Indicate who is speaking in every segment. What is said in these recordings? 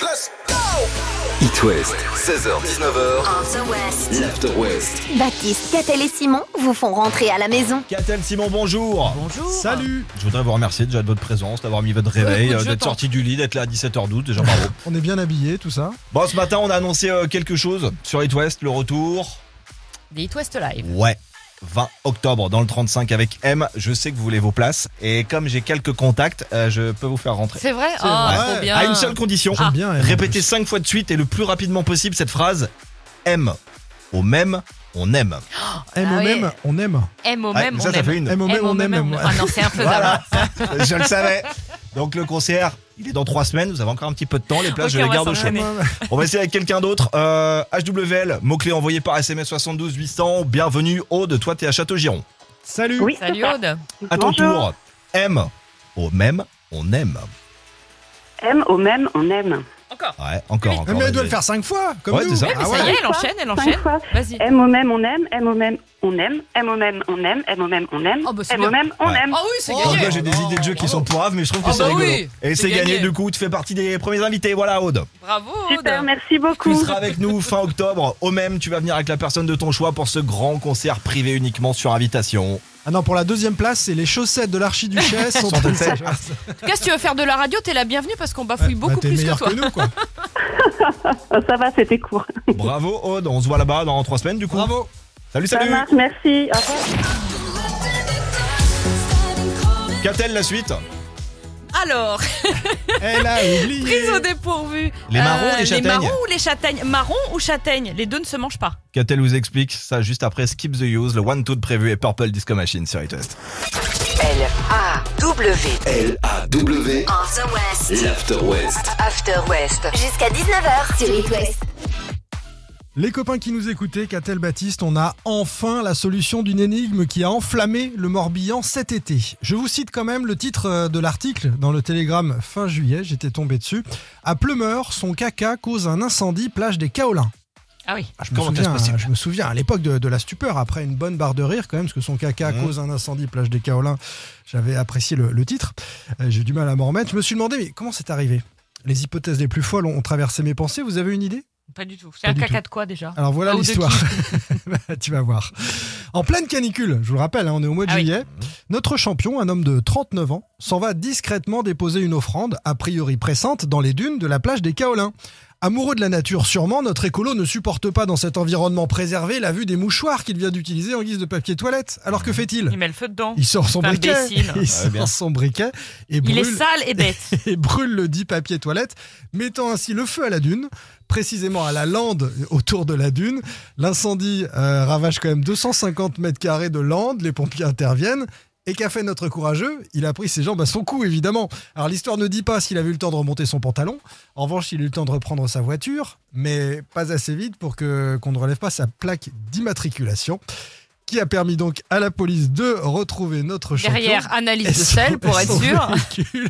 Speaker 1: Let's go!
Speaker 2: It West, 16h-19h,
Speaker 3: After West.
Speaker 2: l'After West.
Speaker 3: Baptiste, Catel et Simon vous font rentrer à la maison.
Speaker 4: Catel Simon, bonjour.
Speaker 5: Bonjour.
Speaker 4: Salut. Je voudrais vous remercier déjà de votre présence, d'avoir mis votre réveil,
Speaker 5: écoute,
Speaker 4: euh,
Speaker 5: je
Speaker 4: d'être
Speaker 5: t'en-
Speaker 4: sorti du lit, d'être là à 17h12, déjà bravo.
Speaker 6: On est bien habillé, tout ça.
Speaker 4: bon, ce matin, on a annoncé euh, quelque chose sur It West, le retour.
Speaker 5: Les Twist Live.
Speaker 4: Ouais. 20 octobre dans le 35 avec M. Je sais que vous voulez vos places et comme j'ai quelques contacts, euh, je peux vous faire rentrer.
Speaker 5: C'est vrai Oh,
Speaker 6: vrai.
Speaker 5: trop bien. Ah.
Speaker 4: À Ah, une seule condition.
Speaker 6: J'aime bien. Emma.
Speaker 4: Répétez 5 fois de suite et le plus rapidement possible cette phrase. M. Au même, on aime.
Speaker 6: M
Speaker 5: Ah
Speaker 6: au
Speaker 5: oui.
Speaker 6: même, on aime.
Speaker 5: M au
Speaker 4: Ouais,
Speaker 5: même,
Speaker 4: Ah, ça,
Speaker 5: on
Speaker 4: ça
Speaker 5: aime.
Speaker 4: fait une.
Speaker 6: M au même,
Speaker 5: M au
Speaker 6: on aime.
Speaker 5: même,
Speaker 6: M.
Speaker 5: on- Ah non, c'est infaisable.
Speaker 4: Voilà. Je le savais. Donc le concert, il est dans trois semaines. Vous avez encore un petit peu de temps. Les places,
Speaker 5: Ok,
Speaker 4: je
Speaker 5: on
Speaker 4: les
Speaker 5: va
Speaker 4: garde au
Speaker 5: s'en
Speaker 4: chaud. On va essayer avec quelqu'un d'autre. Euh, HWL, mot-clé envoyé par SMS 72 800. Bienvenue, Aude. Toi, t'es à Château-Giron.
Speaker 6: Salut.
Speaker 7: Oui, c'est
Speaker 5: Salut
Speaker 7: ça.
Speaker 5: Aude.
Speaker 4: À ton
Speaker 7: Bonjour.
Speaker 4: tour. M. Au même, on aime.
Speaker 7: M au même, on aime.
Speaker 5: Encore.
Speaker 4: Ouais, encore, encore.
Speaker 6: Mais elle doit
Speaker 4: vas-y.
Speaker 6: le faire 5 fois, comme
Speaker 4: Ouais,
Speaker 6: nous.
Speaker 4: c'est ça.
Speaker 5: Ouais, mais
Speaker 6: Ah
Speaker 5: ça
Speaker 6: ouais.
Speaker 5: y est, elle enchaîne, elle
Speaker 7: Cinq
Speaker 5: enchaîne.
Speaker 7: fois.
Speaker 5: Vas-y.
Speaker 7: M au même, on aime. M au même, on aime. M au même, on aime. M au même, on aime.
Speaker 5: Oh, bah, c'est
Speaker 7: M au
Speaker 5: bien.
Speaker 7: même, on
Speaker 4: Ouais.
Speaker 7: aime.
Speaker 5: Oh oui, c'est
Speaker 6: Oh,
Speaker 4: En tout cas,
Speaker 5: gagné.
Speaker 4: j'ai des idées de jeux qui sont poivres, mais je trouve que
Speaker 5: Ah
Speaker 4: c'est
Speaker 5: bah
Speaker 4: rigolo.
Speaker 5: oui,
Speaker 4: Et c'est
Speaker 5: c'est
Speaker 4: gagné.
Speaker 5: gagné.
Speaker 4: du coup, tu fais partie des premiers invités. Voilà, Aude.
Speaker 5: Bravo Aude.
Speaker 7: Super, merci
Speaker 4: Tu
Speaker 7: beaucoup.
Speaker 4: seras avec nous fin octobre. Au même, tu vas venir avec la personne de ton choix pour ce grand concert privé uniquement sur invitation.
Speaker 6: Ah non, pour la deuxième place, c'est les chaussettes de l'archiduchesse. sont prises.
Speaker 4: sèche.
Speaker 5: Qu'est-ce que tu veux faire de la radio T'es la bienvenue parce qu'on bafouille
Speaker 6: Bah,
Speaker 5: beaucoup
Speaker 6: t'es
Speaker 5: plus
Speaker 6: meilleur
Speaker 5: que toi.
Speaker 6: que nous, quoi.
Speaker 7: Oh, ça va, c'était court.
Speaker 4: Bravo Aude, on se voit là-bas dans trois semaines du coup.
Speaker 6: Bravo.
Speaker 4: Salut,
Speaker 7: Ça
Speaker 4: salut
Speaker 7: marche, merci. Au revoir.
Speaker 4: Qu'a-t-elle la suite
Speaker 5: Alors,
Speaker 6: Elle a oublié.
Speaker 5: prise au dépourvu. Euh,
Speaker 4: Les marrons ou les
Speaker 5: Les
Speaker 4: châtaignes
Speaker 5: marrons ou les châtaignes Marron ou châtaigne Les deux ne se mangent pas.
Speaker 4: Qu'a-t-elle vous explique ça juste après Skip the Use, le One Two de prévu et Purple Disco Machine sur It West.
Speaker 8: L-A-W.
Speaker 2: L-A-W,
Speaker 3: After West.
Speaker 2: l'After West.
Speaker 8: After West.
Speaker 3: Jusqu'à 19h sur It West.
Speaker 6: Les copains qui nous écoutaient, Catel Baptiste, on a enfin la solution d'une énigme qui a enflammé le Morbihan cet été. Je vous cite quand même le titre euh, de l'article dans le Télégramme fin juillet, j'étais tombé dessus. À Pleumeur, son caca cause un incendie plage des Kaolins.
Speaker 5: Ah oui.
Speaker 6: Je me,
Speaker 4: Comment est-ce
Speaker 6: souviens,
Speaker 4: possible
Speaker 6: je me souviens à l'époque de, de la stupeur, après une bonne barre de rire quand même, parce que son caca
Speaker 4: Mhm.
Speaker 6: cause un incendie plage des Kaolins, j'avais apprécié le, le titre, Euh, j'ai eu du mal à m'en remettre, je me suis demandé mais comment c'est arrivé Les hypothèses les plus folles ont traversé mes pensées, vous avez une idée
Speaker 5: Pas du tout. C'est
Speaker 6: Pas
Speaker 5: un
Speaker 6: du Euh,
Speaker 5: caca de quoi déjà
Speaker 6: alors voilà
Speaker 5: Ah, ou de
Speaker 6: l'histoire. tu vas voir. En pleine canicule, je vous le rappelle, hein, on est au mois de
Speaker 5: Ah oui.
Speaker 6: juillet, notre champion, un homme de 39 ans, s'en va discrètement déposer une offrande, a priori pressante, dans les dunes de la plage des Kaolins. Amoureux de la nature sûrement, notre écolo ne supporte pas dans cet environnement préservé la vue des mouchoirs qu'il vient d'utiliser en guise de papier toilette. Alors que fait-il
Speaker 5: Mmh. Il met le feu dedans.
Speaker 6: Il sort son
Speaker 5: Putain,
Speaker 6: briquet.
Speaker 5: imbécile.
Speaker 6: Il sort
Speaker 4: bien.
Speaker 6: son briquet
Speaker 5: Il
Speaker 6: et
Speaker 5: est
Speaker 6: brûle
Speaker 5: sale et bête.
Speaker 6: et brûle le dit papier toilette, mettant ainsi le feu à la dune, précisément à la lande autour de la dune. L'incendie euh, ravage quand même 250 mètres carrés de lande, les pompiers interviennent. Et qu'a fait notre courageux Il a pris ses jambes à son cou, évidemment. Alors l'histoire ne dit pas s'il avait eu le temps de remonter son pantalon. En revanche, il a eu le temps de reprendre sa voiture, mais pas assez vite pour que qu'on ne relève pas sa plaque d'immatriculation, qui a permis donc à la police de retrouver notre champion.
Speaker 5: Derrière, analyse de
Speaker 6: Elles
Speaker 5: sel
Speaker 6: sont-
Speaker 5: pour
Speaker 6: elles
Speaker 5: être
Speaker 6: sont
Speaker 5: sûr.
Speaker 6: véhicules.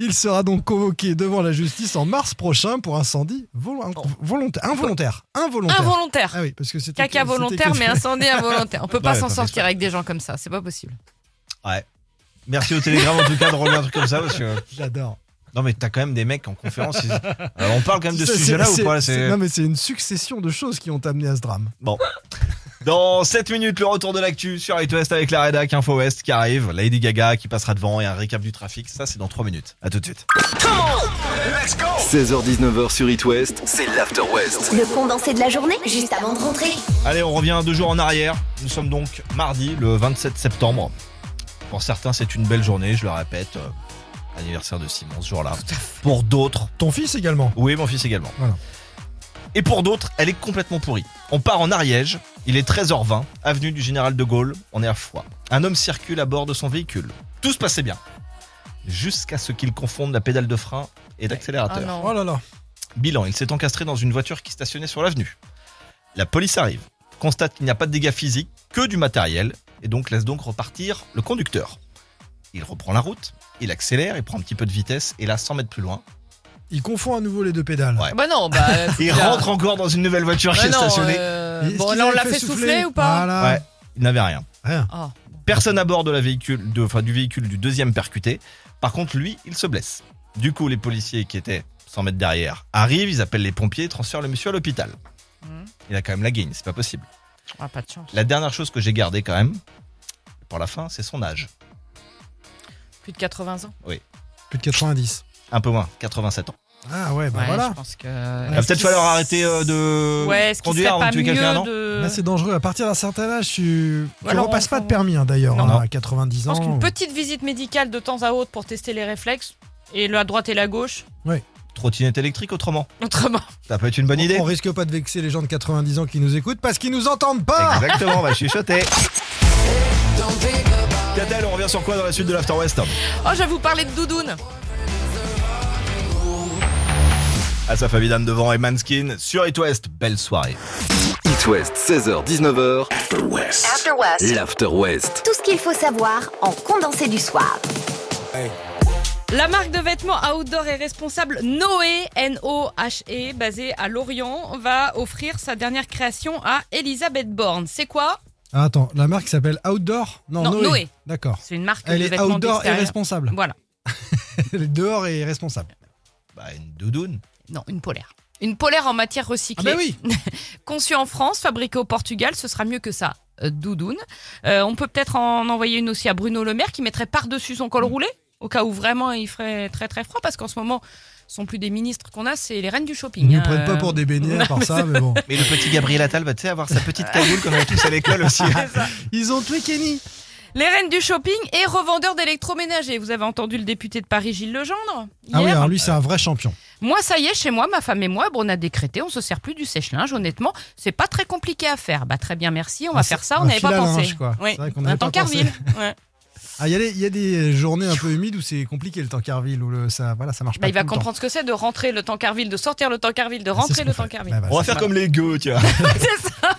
Speaker 6: Il sera donc convoqué devant la justice en mars prochain pour incendie volo- volontaire. Involontaire. Involontaire.
Speaker 5: Involontaire.
Speaker 6: ah oui, parce que c'était
Speaker 5: Caca
Speaker 6: c'était
Speaker 5: volontaire,
Speaker 6: que-
Speaker 5: mais incendie involontaire. On peut pas
Speaker 4: Ouais,
Speaker 5: s'en
Speaker 4: t'as fait
Speaker 5: sortir avec des gens comme ça, c'est pas possible.
Speaker 4: Merci au Télégramme en tout cas de relever un truc comme ça parce que.
Speaker 6: J'adore.
Speaker 4: Non mais t'as quand même des mecs en conférence. ils- Alors, on parle quand même de ce
Speaker 6: C'est- c'est-
Speaker 4: sujet-là ou
Speaker 6: c'est-
Speaker 4: pas
Speaker 6: c'est-
Speaker 4: c'est-
Speaker 6: Non, mais c'est une succession de choses qui ont amené à ce drame.
Speaker 4: Dans 7 minutes, le retour de l'actu sur It West avec la rédac Info West qui arrive, Lady Gaga qui passera devant et un récap du trafic. Ça, c'est dans 3 minutes. À tout de suite.
Speaker 2: 16h-19h sur It West, c'est l'After West.
Speaker 3: Le condensé de la journée, juste avant de rentrer.
Speaker 4: Allez, on revient deux jours en arrière. Nous sommes donc mardi, le 27 septembre. Pour certains, c'est une belle journée, je le répète. euh, anniversaire de Simon ce jour-là. Pour d'autres,
Speaker 6: Ton fils également.
Speaker 4: oui, mon fils également.
Speaker 6: Voilà.
Speaker 4: Et pour d'autres, elle est complètement pourrie. On part en Ariège, il est 13h20, avenue du Général de Gaulle, on est à froid. Un homme circule à bord de son véhicule. Tout se passait bien. Jusqu'à ce qu'il confonde la pédale de frein et d'accélérateur.
Speaker 5: Ah non.
Speaker 6: Oh là là.
Speaker 4: Bilan, il s'est encastré dans une voiture qui stationnait sur l'avenue. La police arrive, constate qu'il n'y a pas de dégâts physiques, que du matériel, et donc laisse donc repartir le conducteur. Il reprend la route, il accélère, il prend un petit peu de vitesse, et là, 100 mètres plus loin,
Speaker 6: Il confond à nouveau les deux pédales.
Speaker 4: Ouais.
Speaker 5: Bah non, bah. euh,
Speaker 4: il
Speaker 5: là-
Speaker 4: rentre encore dans une nouvelle voiture qui
Speaker 5: Bah
Speaker 4: est
Speaker 5: non,
Speaker 4: stationnée.
Speaker 5: euh,
Speaker 6: Et est-ce
Speaker 5: Bon,
Speaker 6: qu'ils
Speaker 5: là, on
Speaker 6: avaient
Speaker 5: l'a
Speaker 6: fait
Speaker 5: fait souffler ou pas
Speaker 6: Voilà.
Speaker 4: Ouais, il n'avait rien.
Speaker 6: Rien.
Speaker 5: Oh.
Speaker 4: Personne à bord de la véhicule, de, enfin, du véhicule du deuxième percuté. Par contre, lui, il se blesse. Du coup, les policiers qui étaient 100 mètres derrière arrivent, ils appellent les pompiers et transfèrent le monsieur à l'hôpital.
Speaker 5: Mhm.
Speaker 4: Il a quand même la guigne, c'est pas possible.
Speaker 5: Ah, pas de chance.
Speaker 4: La dernière chose que j'ai gardée quand même, pour la fin, c'est son âge.
Speaker 5: Plus de 80 ans.
Speaker 6: Plus de 90.
Speaker 4: Un peu moins, 87 ans.
Speaker 6: Ah ouais, bah
Speaker 5: ouais,
Speaker 6: voilà.
Speaker 5: je pense
Speaker 4: Eh
Speaker 5: que.
Speaker 4: ben
Speaker 5: euh,
Speaker 4: Il va
Speaker 6: Est-ce
Speaker 4: peut-être
Speaker 6: qu'il
Speaker 4: falloir
Speaker 6: s-
Speaker 4: arrêter euh, de
Speaker 5: Ouais, est-ce qu'il
Speaker 4: conduire
Speaker 5: serait
Speaker 4: avant
Speaker 5: pas
Speaker 4: de tuer quelqu'un,
Speaker 5: mieux
Speaker 4: non
Speaker 5: de.
Speaker 6: Là, c'est dangereux. À partir d'un certain âge, tu, tu
Speaker 5: alors,
Speaker 6: repasses
Speaker 5: on-
Speaker 6: pas de permis, hein, d'ailleurs,
Speaker 4: Non,
Speaker 6: hein,
Speaker 4: non.
Speaker 6: à 90
Speaker 5: Je
Speaker 6: ans.
Speaker 5: pense qu'une petite visite médicale de temps à autre pour tester les réflexes, et la droite et la gauche,
Speaker 4: Trottinette électrique autrement.
Speaker 5: autrement.
Speaker 4: Ça peut être une bonne idée.
Speaker 6: On risque pas de vexer les gens de 90 ans qui nous écoutent parce qu'ils nous entendent pas.
Speaker 4: Exactement, on va chuchoter. Catel, on revient sur quoi dans la suite de l'After West
Speaker 5: Oh, je vais vous parler de doudoune.
Speaker 4: Asaf Avidan devant et Manskin sur It West. Belle soirée.
Speaker 2: It West, 16h-19h.
Speaker 3: After West.
Speaker 2: L'After West.
Speaker 3: Tout ce qu'il faut savoir en condensé du soir.
Speaker 5: La marque de vêtements outdoor et responsable Noé, N-O-H-E, E, basée à Lorient, va offrir sa dernière création à Elisabeth Borne. C'est quoi
Speaker 6: Ah, attends, la marque s'appelle Outdoor Non,
Speaker 5: Non,
Speaker 6: Noé.
Speaker 5: Noé.
Speaker 6: D'accord.
Speaker 5: C'est une marque
Speaker 6: Elle
Speaker 5: de
Speaker 6: est
Speaker 5: vêtements
Speaker 6: outdoor et
Speaker 5: d'extérieur.
Speaker 6: responsable.
Speaker 5: Voilà.
Speaker 6: Elle est dehors et responsable.
Speaker 4: Bah, une doudoune.
Speaker 5: Non, une polaire. Une polaire en matière
Speaker 6: Ah
Speaker 5: recyclée.
Speaker 6: bah oui
Speaker 5: Conçue en France, fabriquée au Portugal, ce sera mieux que ça. Euh, doudoune. Euh, on peut peut-être en envoyer une aussi à Bruno Le Maire qui mettrait par-dessus son
Speaker 6: Mm.
Speaker 5: col roulé, au cas où vraiment il ferait très très froid, parce qu'en ce moment, ce sont plus des ministres qu'on a, c'est les reines du shopping.
Speaker 6: Ils nous
Speaker 5: hein.
Speaker 6: prennent pas
Speaker 5: Euh,
Speaker 6: pour des beignets à part ça, mais bon.
Speaker 4: Mais le petit Gabriel Attal va tu sais, avoir sa petite cagoule comme on avait tous à l'école aussi.
Speaker 6: Ils ont tué Kenny
Speaker 5: Les reines du shopping et revendeurs d'électroménagers. Vous avez entendu le député de Paris, Gilles Legendre hier.
Speaker 6: Ah oui, alors lui, c'est un vrai champion.
Speaker 5: Moi, ça y est, chez moi, ma femme et moi, bon, on a décrété, on se sert plus du sèche-linge. Honnêtement, c'est pas très compliqué à faire. Bah très bien, merci. On va
Speaker 6: Un
Speaker 5: faire
Speaker 6: fi-
Speaker 5: ça.
Speaker 6: Ah, un
Speaker 5: On n'avait pas
Speaker 6: fil à
Speaker 5: pensé.
Speaker 6: linge, quoi.
Speaker 5: Ouais.
Speaker 6: C'est vrai qu'on
Speaker 5: un
Speaker 6: n'avait pas
Speaker 5: tankerville. Ouais.
Speaker 6: Ah, il y, a des- il y a des journées un peu humides où c'est compliqué le tankerville, où le, ça, voilà, ça marche pas.
Speaker 5: Bah, il va
Speaker 6: tout le temps.
Speaker 5: comprendre ce que c'est de rentrer le tankerville, de sortir le tankerville, de
Speaker 6: Ah, c'est ce
Speaker 5: rentrer le
Speaker 6: qu'on fait.
Speaker 5: tankerville.
Speaker 6: Bah, bah,
Speaker 4: On va
Speaker 6: ça-
Speaker 4: faire comme les gueux, tiens.
Speaker 5: C'est ça.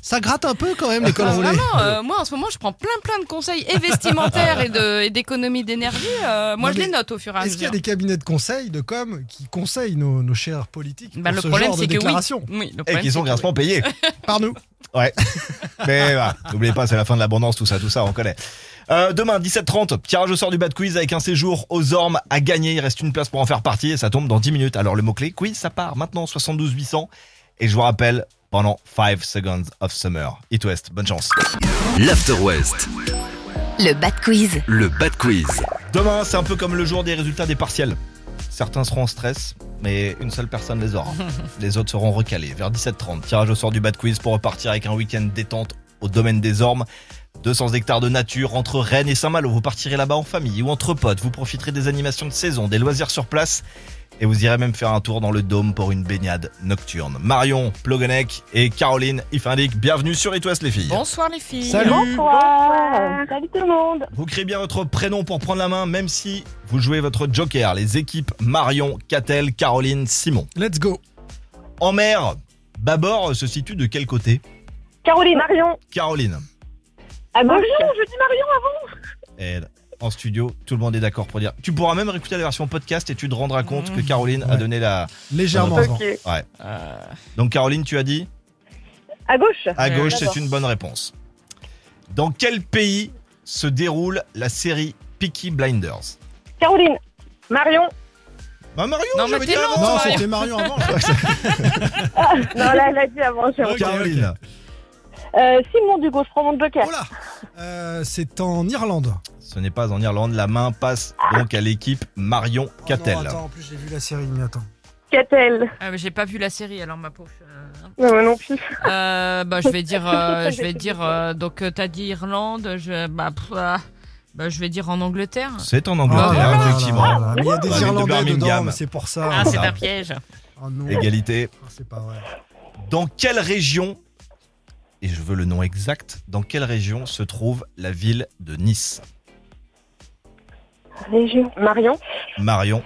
Speaker 6: Ça gratte un peu quand même, les cols
Speaker 5: Ah,
Speaker 6: roulés.
Speaker 5: vraiment, euh, moi en ce moment, je prends plein plein de conseils et vestimentaires et de- et d'économie d'énergie. Euh, moi,
Speaker 6: Non,
Speaker 5: je les
Speaker 6: mais
Speaker 5: note au fur et à
Speaker 6: Est-ce qu'il y
Speaker 5: mesure.
Speaker 6: a des cabinets de conseil, de com, qui conseillent nos, nos chers politiques
Speaker 5: Bah,
Speaker 6: pour
Speaker 5: le
Speaker 6: ce
Speaker 5: problème,
Speaker 6: genre de
Speaker 5: c'est que oui.
Speaker 6: déclaration
Speaker 5: Oui, le
Speaker 4: Et
Speaker 5: problème,
Speaker 4: qui sont
Speaker 5: c'est que-
Speaker 4: grassement payés.
Speaker 6: Par nous.
Speaker 4: Ouais. Mais voilà, n'oubliez pas, c'est la fin de l'abondance, tout ça, tout ça, on connaît. Euh, demain, 17h30, tirage au sort du bad quiz avec un séjour aux ormes à gagner. Il reste une place pour en faire partie et ça tombe dans 10 minutes. Alors le mot-clé, quiz, ça part maintenant, 72 800. Et je vous rappelle, pendant 5 seconds of summer. It West, bonne chance.
Speaker 2: L'After West.
Speaker 3: Le Bad Quiz.
Speaker 2: Le Bad Quiz.
Speaker 4: Demain, c'est un peu comme le jour des résultats des partiels. Certains seront en stress, mais une seule personne les aura. Les autres seront recalés. Vers 17h30, tirage au sort du bad quiz pour repartir avec un week-end détente au domaine des ormes. 200 hectares de nature entre Rennes et Saint-Malo. Vous partirez là-bas en famille ou entre potes. Vous profiterez des animations de saison, des loisirs sur place. Et vous irez même faire un tour dans le dôme pour une baignade nocturne. Marion, Plogonec et Caroline Ifindic, bienvenue sur It West les filles.
Speaker 5: Bonsoir les filles.
Speaker 4: Salut.
Speaker 7: Bonsoir. Salut tout le monde.
Speaker 4: Vous créez bien votre prénom pour prendre la main, même si vous jouez votre joker. Les équipes Marion, Catel, Caroline, Simon.
Speaker 6: Let's go.
Speaker 4: En mer, Babord se situe de quel côté
Speaker 7: Caroline. Marion.
Speaker 4: Caroline.
Speaker 7: À gauche.
Speaker 4: Et en studio, tout le monde est d'accord pour dire. Tu pourras même réécouter la version podcast et tu te rendras compte
Speaker 5: Mmh.
Speaker 4: que Caroline a
Speaker 6: Ouais.
Speaker 4: donné la.
Speaker 6: Légèrement
Speaker 4: Ok.
Speaker 6: avant.
Speaker 5: Euh,
Speaker 4: Donc Caroline, tu as dit
Speaker 7: À gauche.
Speaker 4: À
Speaker 5: Euh,
Speaker 4: gauche,
Speaker 7: d'accord.
Speaker 4: c'est une bonne réponse. Dans quel pays se déroule la série Peaky Blinders
Speaker 7: Caroline. Marion.
Speaker 4: Bah Marion,
Speaker 5: Non,
Speaker 4: j'avais
Speaker 5: mais
Speaker 4: dit
Speaker 5: t'es
Speaker 4: avant.
Speaker 5: lent,
Speaker 6: Non,
Speaker 5: toi.
Speaker 6: c'était Marion avant.
Speaker 7: Non, là, elle a dit avant. j'ai
Speaker 6: Ok,
Speaker 4: Caroline.
Speaker 7: Euh, Simon Dugo, je prends mon bloqueur.
Speaker 6: Oh là Euh, C'est en Irlande.
Speaker 4: Ce n'est pas en Irlande. La main passe donc à l'équipe Marion Catel.
Speaker 6: Oh non, attends, en plus j'ai vu la série, mais attends.
Speaker 7: Catel.
Speaker 5: ah, mais J'ai pas vu la série, alors ma pauvre. euh,
Speaker 7: Non, moi non plus.
Speaker 5: Euh, bah, je vais dire, euh, je vais dire. euh, donc, euh, t'as dit Irlande. Je, bah, pff, ah, bah, je vais dire en Angleterre.
Speaker 4: C'est en
Speaker 6: Ah,
Speaker 4: Angleterre,
Speaker 6: là, là,
Speaker 4: effectivement.
Speaker 6: là, là. Mais Il y a
Speaker 4: La
Speaker 6: des
Speaker 4: ville de
Speaker 6: Irlandais dedans,
Speaker 4: Birmingham.
Speaker 6: mais c'est pour ça.
Speaker 5: Ah,
Speaker 4: c'est
Speaker 5: c'est
Speaker 4: ça.
Speaker 5: un piège.
Speaker 6: Oh non,
Speaker 4: Égalité.
Speaker 6: Ah, c'est pas vrai.
Speaker 4: Dans quelle région, et je veux le nom exact, dans quelle région se trouve la ville de Nice
Speaker 7: Région. Marion.
Speaker 4: Marion.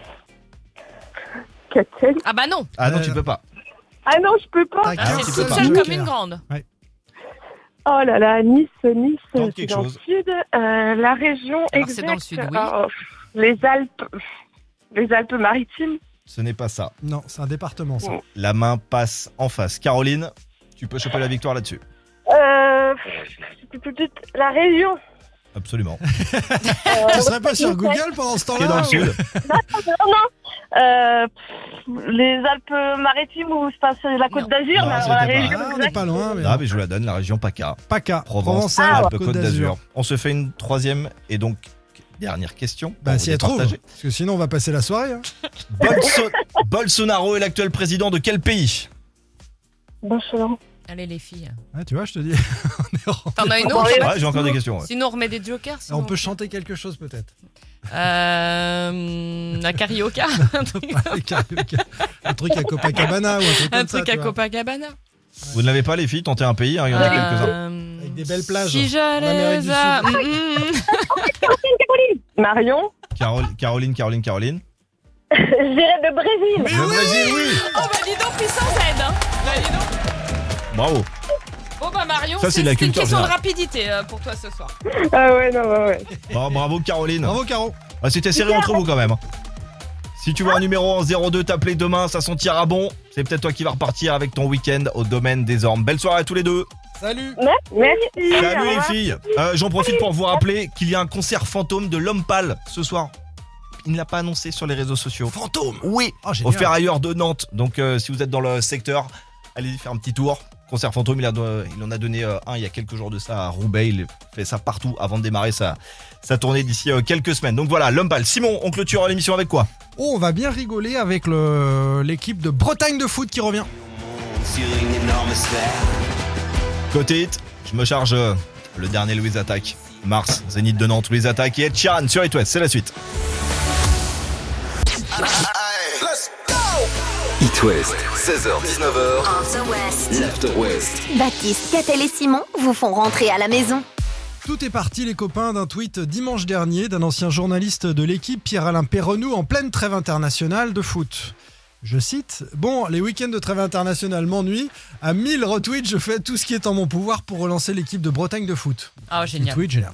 Speaker 7: Catel.
Speaker 5: Ah bah non.
Speaker 4: Ah non,
Speaker 6: Euh,
Speaker 4: tu peux pas.
Speaker 7: Ah non, je peux pas.
Speaker 6: T'as
Speaker 5: Ah,
Speaker 6: qu'un
Speaker 5: c'est
Speaker 6: seul
Speaker 5: toute seule
Speaker 6: joker.
Speaker 5: comme une grande.
Speaker 7: Oh là là, Nice, Nice,
Speaker 4: Tente
Speaker 7: c'est
Speaker 4: quelque
Speaker 7: dans le
Speaker 4: chose.
Speaker 7: sud. Euh, la région
Speaker 5: Alors,
Speaker 7: exacte.
Speaker 5: c'est dans le sud, oui.
Speaker 7: oh, pff, les Alpes, pff, les Alpes-Maritimes.
Speaker 4: Ce n'est pas ça.
Speaker 6: Non, c'est un département, ça.
Speaker 4: La main passe en face. Caroline, tu peux choper la victoire là-dessus.
Speaker 7: Euh, pff, la région. Euh,
Speaker 4: Absolument.
Speaker 5: Ah,
Speaker 6: Tu serais pas sur Google pendant ce
Speaker 4: Qui est dans
Speaker 6: temps-là
Speaker 4: le sud.
Speaker 1: Non, non. Euh, pff, les Alpes-Maritimes ou je passe la Côte d'Azur,
Speaker 4: Non,
Speaker 1: là,
Speaker 4: c'était
Speaker 1: voilà,
Speaker 4: pas-
Speaker 1: les
Speaker 6: Ah, on n'est pas loin, mais
Speaker 4: Là, mais je vous la donne, la région PACA.
Speaker 6: PACA,
Speaker 4: Provence,
Speaker 6: Provence, ah,
Speaker 5: Ah,
Speaker 6: Alpes,
Speaker 4: Alpes, Côte d'Azur. On se fait une troisième et donc dernière question.
Speaker 6: Bah
Speaker 4: pour
Speaker 6: si
Speaker 4: vous
Speaker 6: elle trouve,
Speaker 4: départager.
Speaker 6: parce que sinon on va passer la soirée. hein.
Speaker 4: Bolso- Bolsonaro est l'actuel président de quel pays
Speaker 1: Barcelone.
Speaker 5: Allez, les filles.
Speaker 6: Ouais, tu vois, je te dis. on est en-
Speaker 5: T'en as une
Speaker 1: Bon,
Speaker 5: autre
Speaker 1: allez,
Speaker 5: Max
Speaker 4: Ouais, j'ai encore des questions. ouais.
Speaker 5: Sinon, on remet des jokers. sinon.
Speaker 6: On peut chanter quelque chose peut-être.
Speaker 5: Euh, la carioca. un truc-
Speaker 6: un truc à Copacabana ou un truc comme
Speaker 5: un
Speaker 6: ça,
Speaker 5: truc
Speaker 6: tu
Speaker 5: à
Speaker 6: vois.
Speaker 5: Copacabana.
Speaker 4: Vous ne l'avez pas, les filles Tentez un pays, hein, il y en a
Speaker 5: Euh,
Speaker 4: quelques-uns.
Speaker 6: Avec des belles plages.
Speaker 5: Si j'allais
Speaker 6: Amérique du
Speaker 5: à-
Speaker 6: Sud.
Speaker 5: Mm, mm.
Speaker 1: Marion,
Speaker 4: Carole- Caroline, Caroline, Caroline.
Speaker 1: j'irai le Brésil.
Speaker 4: Le Brésil, oui
Speaker 5: Oh bah dis donc, puissance aide hein. Bah, dis donc.
Speaker 4: Bravo
Speaker 5: Bon bah Marion,
Speaker 4: Ça, c'est de la
Speaker 5: une
Speaker 4: culture
Speaker 5: question de
Speaker 4: générale.
Speaker 5: rapidité euh, pour toi ce soir.
Speaker 1: Ah ouais, non, ouais, ouais.
Speaker 4: Bon, Bravo, Caroline
Speaker 6: Bravo Caro.
Speaker 4: Ah, C'était serré entre vous quand même. hein. Si tu vois un numéro en 02, t'appeler demain, ça sentira bon. C'est peut-être toi qui vas repartir avec ton week-end au domaine des ormes. Belle soirée à tous les deux.
Speaker 6: Salut.
Speaker 1: Merci. au
Speaker 4: Salut les
Speaker 1: revoir.
Speaker 4: filles. Euh, J'en profite pour vous rappeler qu'il y a un concert fantôme de l'homme pâle ce soir. Il ne l'a pas annoncé sur les réseaux sociaux.
Speaker 6: Fantôme.
Speaker 4: Oui.
Speaker 6: Oh, génial.
Speaker 4: Offert ailleurs de Nantes. Donc euh, si vous êtes dans le secteur, allez y faire un petit tour. Concert fantôme, il, a- euh, il en a donné euh, un il y a quelques jours de ça à Roubaix. Il fait ça partout avant de démarrer sa, sa tournée d'ici euh, quelques semaines. Donc voilà, l'homme pâle. Simon, on clôture l'émission avec quoi
Speaker 6: Oh, on va bien rigoler avec le- l'équipe de Bretagne de foot qui revient.
Speaker 4: Côté hit, je me charge euh, le dernier Louis Attaque. Mars, Zénith de Nantes, Louis Attaque et Ed Sheeran sur It West. C'est la suite.
Speaker 2: It West, 16h-19h,
Speaker 3: the West.
Speaker 2: l'After West.
Speaker 3: Baptiste, Catel et Simon vous font rentrer à la maison.
Speaker 6: Tout est parti, les copains, d'un tweet dimanche dernier d'un ancien journaliste de l'équipe, Pierre-Alain Perrenoud, en pleine trêve internationale de foot. Je cite Bon, les week-ends de trêve internationale m'ennuient. À 1000 retweets, je fais tout ce qui est en mon pouvoir pour relancer l'équipe de Bretagne de foot.
Speaker 5: Ah génial.
Speaker 6: Petit tweet génial.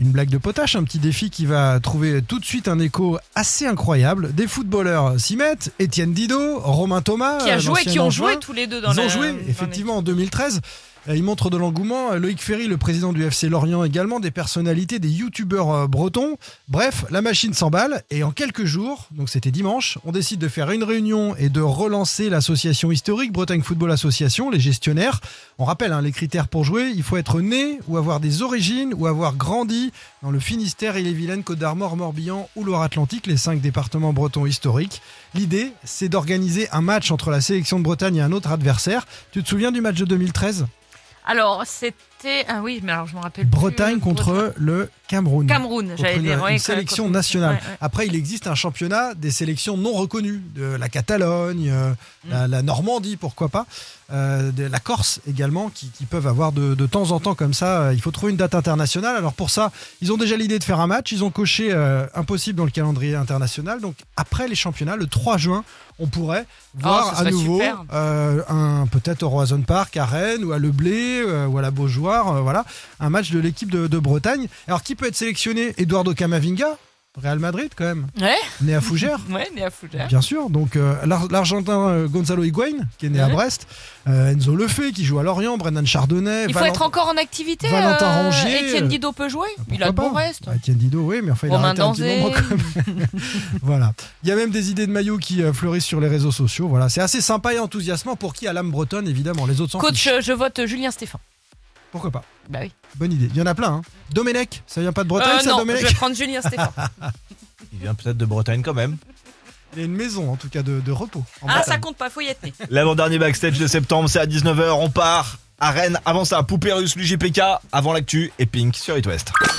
Speaker 6: Une blague de potache, un petit défi qui va trouver tout de suite un écho assez incroyable. Des footballeurs s'y mettent, Étienne Didot, Romain Thomas.
Speaker 5: Qui a
Speaker 6: euh,
Speaker 5: joué,
Speaker 6: l'ancien
Speaker 5: qui ont
Speaker 6: Angevin.
Speaker 5: joué tous les deux dans
Speaker 6: Ils
Speaker 5: la-
Speaker 6: ont joué,
Speaker 5: dans les-
Speaker 6: effectivement, en 2013. Euh, Ils montrent de l'engouement. Euh, Loïc Ferry, le président du FC Lorient également, des personnalités, des youtubeurs euh, bretons. Bref, la machine s'emballe et en quelques jours, donc c'était dimanche, on décide de faire une réunion et de relancer l'association historique Bretagne Football Association, les gestionnaires. On rappelle hein, les critères pour jouer, il faut être né ou avoir des origines ou avoir grandi dans le Finistère, Ille-et-Vilaine, Côte d'Armor, Morbihan ou Loire-Atlantique, les cinq départements bretons historiques. L'idée, c'est d'organiser un match entre la sélection de Bretagne et un autre adversaire. Tu te souviens du match de 2013
Speaker 5: Alors c'était ah oui mais alors je me rappelle plus.
Speaker 6: Bretagne contre le Cameroun.
Speaker 5: Cameroun.
Speaker 6: Contre
Speaker 5: J'avais
Speaker 6: une,
Speaker 5: des
Speaker 6: une sélection nationale. Après, il existe un championnat des sélections non reconnues, de la Catalogne, euh, la, la Normandie, pourquoi pas, euh, de la Corse également, qui, qui peuvent avoir de, de temps en temps comme ça. euh, Il faut trouver une date internationale. Alors pour ça, ils ont déjà l'idée de faire un match. Ils ont coché euh, impossible dans le calendrier international. Donc après les championnats, le 3 juin, on pourrait voir
Speaker 5: Oh, ce
Speaker 6: à
Speaker 5: serait
Speaker 6: nouveau
Speaker 5: super.
Speaker 6: euh, un peut-être au Roison Park à Rennes ou à Le Blé euh, ou à la Beaujoire. euh, voilà, un match de l'équipe de, de Bretagne. Alors qui peut être sélectionné Eduardo Camavinga, Real Madrid quand même,
Speaker 5: Ouais.
Speaker 6: né à Fougères.
Speaker 5: Ouais, né à Fougères.
Speaker 6: Bien sûr, donc euh, l'Ar- l'Argentin euh, Gonzalo Higuaín, qui est né à
Speaker 5: Mhm.
Speaker 6: Brest, euh, Enzo Lefebvre, qui joue à Lorient, Brennan Chardonnay,
Speaker 5: Il faut
Speaker 6: Valent-
Speaker 5: être encore en activité. euh,
Speaker 6: Valentin Rongier, euh,
Speaker 5: Étienne Didot peut jouer. Il a de
Speaker 6: Pourquoi
Speaker 5: bon
Speaker 6: pas
Speaker 5: reste.
Speaker 6: Ah, Étienne Didot, oui, mais enfin, il a
Speaker 5: Romain
Speaker 6: arrêté un petit
Speaker 5: Danzé.
Speaker 6: moment quand même. voilà. Il y a même des idées de maillots qui euh, fleurissent sur les réseaux sociaux. Voilà, c'est assez sympa et enthousiasmant pour qui a l'âme bretonne, évidemment. Les autres s'en
Speaker 5: Coach,
Speaker 6: fichent.
Speaker 5: euh, je vote Julien Stéphane.
Speaker 6: Pourquoi pas
Speaker 5: Bah oui.
Speaker 6: Bonne idée. Il y en a plein. Hein. Domenech, ça vient pas de Bretagne,
Speaker 5: Euh,
Speaker 6: ça,
Speaker 5: non,
Speaker 6: Domenech
Speaker 5: je vais prendre Julien Stéphane.
Speaker 4: Il vient peut-être de Bretagne quand même.
Speaker 6: Il y a une maison, en tout cas, de, de repos. en
Speaker 5: ah, ça
Speaker 6: Bretagne.
Speaker 5: compte pas, faut y être né.
Speaker 4: L'avant-dernier backstage de septembre, c'est à 19h, on part à Rennes. Avant ça, Poupée Russe, l'UGPK, avant l'actu et Pink sur It West.